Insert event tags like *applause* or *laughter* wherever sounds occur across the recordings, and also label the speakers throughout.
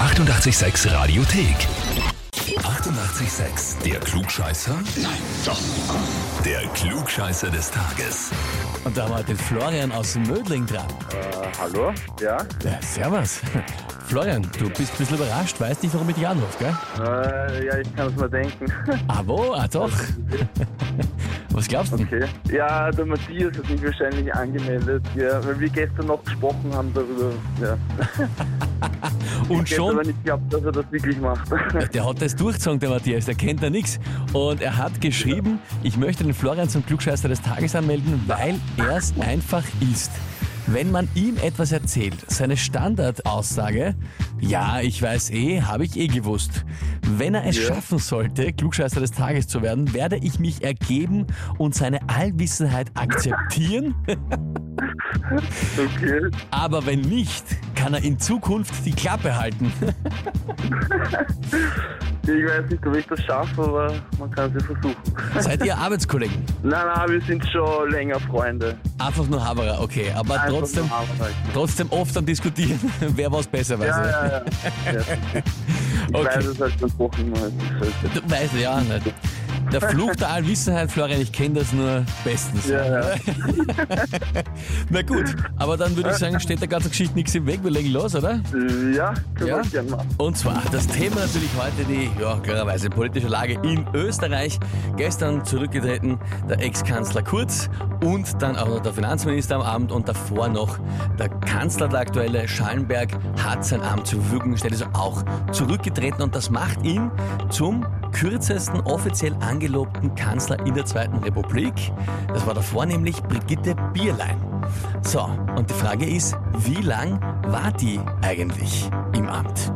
Speaker 1: 886 Radiothek. 88,6. Der Klugscheißer? Nein, doch. Der Klugscheißer des Tages.
Speaker 2: Und da haben wir den Florian aus Mödling dran.
Speaker 3: Hallo? Ja?
Speaker 2: Ja, servus. Florian, du bist ein bisschen überrascht, weißt nicht, warum ich dich anrufe, gell?
Speaker 3: Äh, ja, ich kann es mir denken. *laughs*
Speaker 2: Ah, wo? Ah, doch. Was glaubst du?
Speaker 3: Okay. Ja, der Matthias hat mich wahrscheinlich angemeldet, ja, weil wir gestern noch gesprochen haben darüber. Ja.
Speaker 2: Und
Speaker 3: Ich hätte aber
Speaker 2: schon,
Speaker 3: nicht geglaubt, dass er das wirklich macht. *laughs*
Speaker 2: der hat das durchgezogen, der Matthias, der kennt da nichts. Und er hat geschrieben, ich möchte den Florian zum Klugscheißer des Tages anmelden, weil er es einfach ist. Wenn man ihm etwas erzählt, seine Standardaussage, ja, ich weiß eh, habe ich eh gewusst. Wenn er es
Speaker 3: Ja.
Speaker 2: schaffen sollte, Klugscheißer des Tages zu werden, werde ich mich ergeben und seine Allwissenheit akzeptieren. *laughs*
Speaker 3: Okay.
Speaker 2: Aber wenn nicht, kann er in Zukunft die Klappe halten. *laughs*
Speaker 3: Ich weiß nicht, ob ich das schaffe, aber man kann es ja versuchen.
Speaker 2: Seid ihr Arbeitskollegen?
Speaker 3: Nein, nein, wir sind schon länger Freunde.
Speaker 2: Einfach nur Haberer, okay. Aber
Speaker 3: Einfach
Speaker 2: trotzdem,
Speaker 3: nur arbeiten.
Speaker 2: trotzdem oft am Diskutieren, *laughs* wer was besser weiß.
Speaker 3: Ja,
Speaker 2: ne?
Speaker 3: ja, ja. ja.
Speaker 2: *laughs*
Speaker 3: Ich
Speaker 2: Okay.
Speaker 3: weiß es halt schon Wochen. halt. Das ist halt-
Speaker 2: Du weißt ja, ne? der Fluch der Allwissenheit, Florian, ich kenne das nur bestens. *laughs*
Speaker 3: Ja, ja.
Speaker 2: Na gut, aber dann würde ich sagen, steht der ganzen Geschichte nichts im Weg, wir legen los, oder?
Speaker 3: Ja, können
Speaker 2: Ja?
Speaker 3: wir gerne machen.
Speaker 2: Und zwar das Thema natürlich heute die, ja, klarerweise politische Lage in Österreich. Gestern zurückgetreten der Ex-Kanzler Kurz und dann auch noch der Finanzminister am Abend und davor noch der Kanzler, der aktuelle Schallenberg, hat sein Amt zur Verfügung gestellt, ist auch zurückgetreten und das macht ihn zum kürzesten offiziell angelobten Kanzler in der Zweiten Republik. Das war davor nämlich Brigitte Bierlein. So, und die Frage ist, wie lang war die eigentlich im Amt?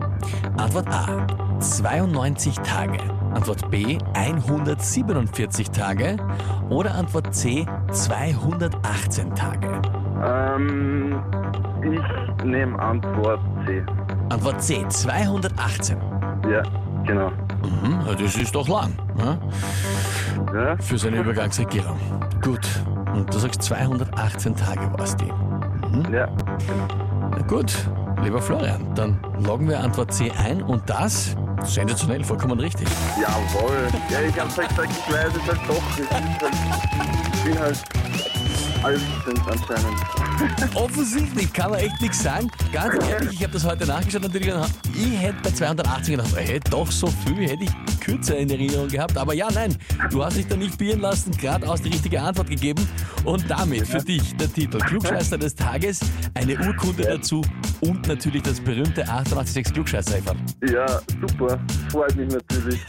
Speaker 2: Antwort A. 92 Tage. Antwort B. 147 Tage. Oder Antwort C. 218 Tage.
Speaker 3: Ähm, ich nehme Antwort C.
Speaker 2: Antwort C. 218.
Speaker 3: Ja, genau.
Speaker 2: Mhm, ja, das ist doch lang. Ne?
Speaker 3: Ja?
Speaker 2: Für seine Übergangsregierung. Gut. Und du sagst 218 Tage war es die.
Speaker 3: Ja.
Speaker 2: Na gut, lieber Florian, dann loggen wir Antwort C ein und das sensationell, vollkommen richtig.
Speaker 3: Jawohl. Ja, ich hab's halt gesagt, ich weiß es halt doch. Ich bin halt, bin halt allwissend anscheinend.
Speaker 2: Offensichtlich kann man echt nichts sagen. Ganz ehrlich, ich habe das heute nachgeschaut natürlich. und Ich hätte bei 280 gedacht, hey, doch so viel hätte ich kürzer in Erinnerung gehabt. Aber ja, nein, du hast dich da nicht bieren lassen, geradeaus die richtige Antwort gegeben. Und damit für dich der Titel Klugscheißer des Tages, eine Urkunde dazu und natürlich das berühmte 886 klugscheißer -Eifern.
Speaker 3: Ja, super. Freut mich natürlich.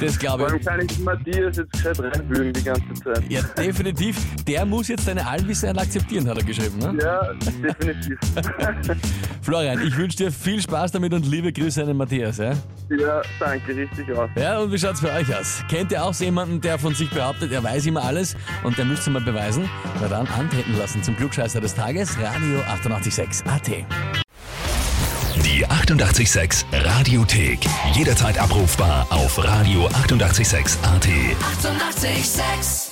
Speaker 2: Das glaube ich.
Speaker 3: Warum kann ich den Matthias jetzt gescheit reinwühlen die ganze Zeit?
Speaker 2: Ja, definitiv. Der muss jetzt deine Allwissenheit akzeptieren, hat er geschrieben. Ne?
Speaker 3: Ja, definitiv. *laughs*
Speaker 2: Florian, ich wünsche dir viel Spaß damit und liebe Grüße an den Matthias. Ja?
Speaker 3: ja, danke, richtig aus.
Speaker 2: Ja, und wie schaut's bei euch aus? Kennt ihr auch so jemanden, der von sich behauptet, er weiß immer alles und der müsste mal beweisen? Na dann antreten lassen zum Klugscheißer des Tages, Radio 886 AT.
Speaker 1: Die 88,6 Radiothek. Jederzeit abrufbar auf radio886.at. 88,6.
Speaker 4: Eighty-eight, sex.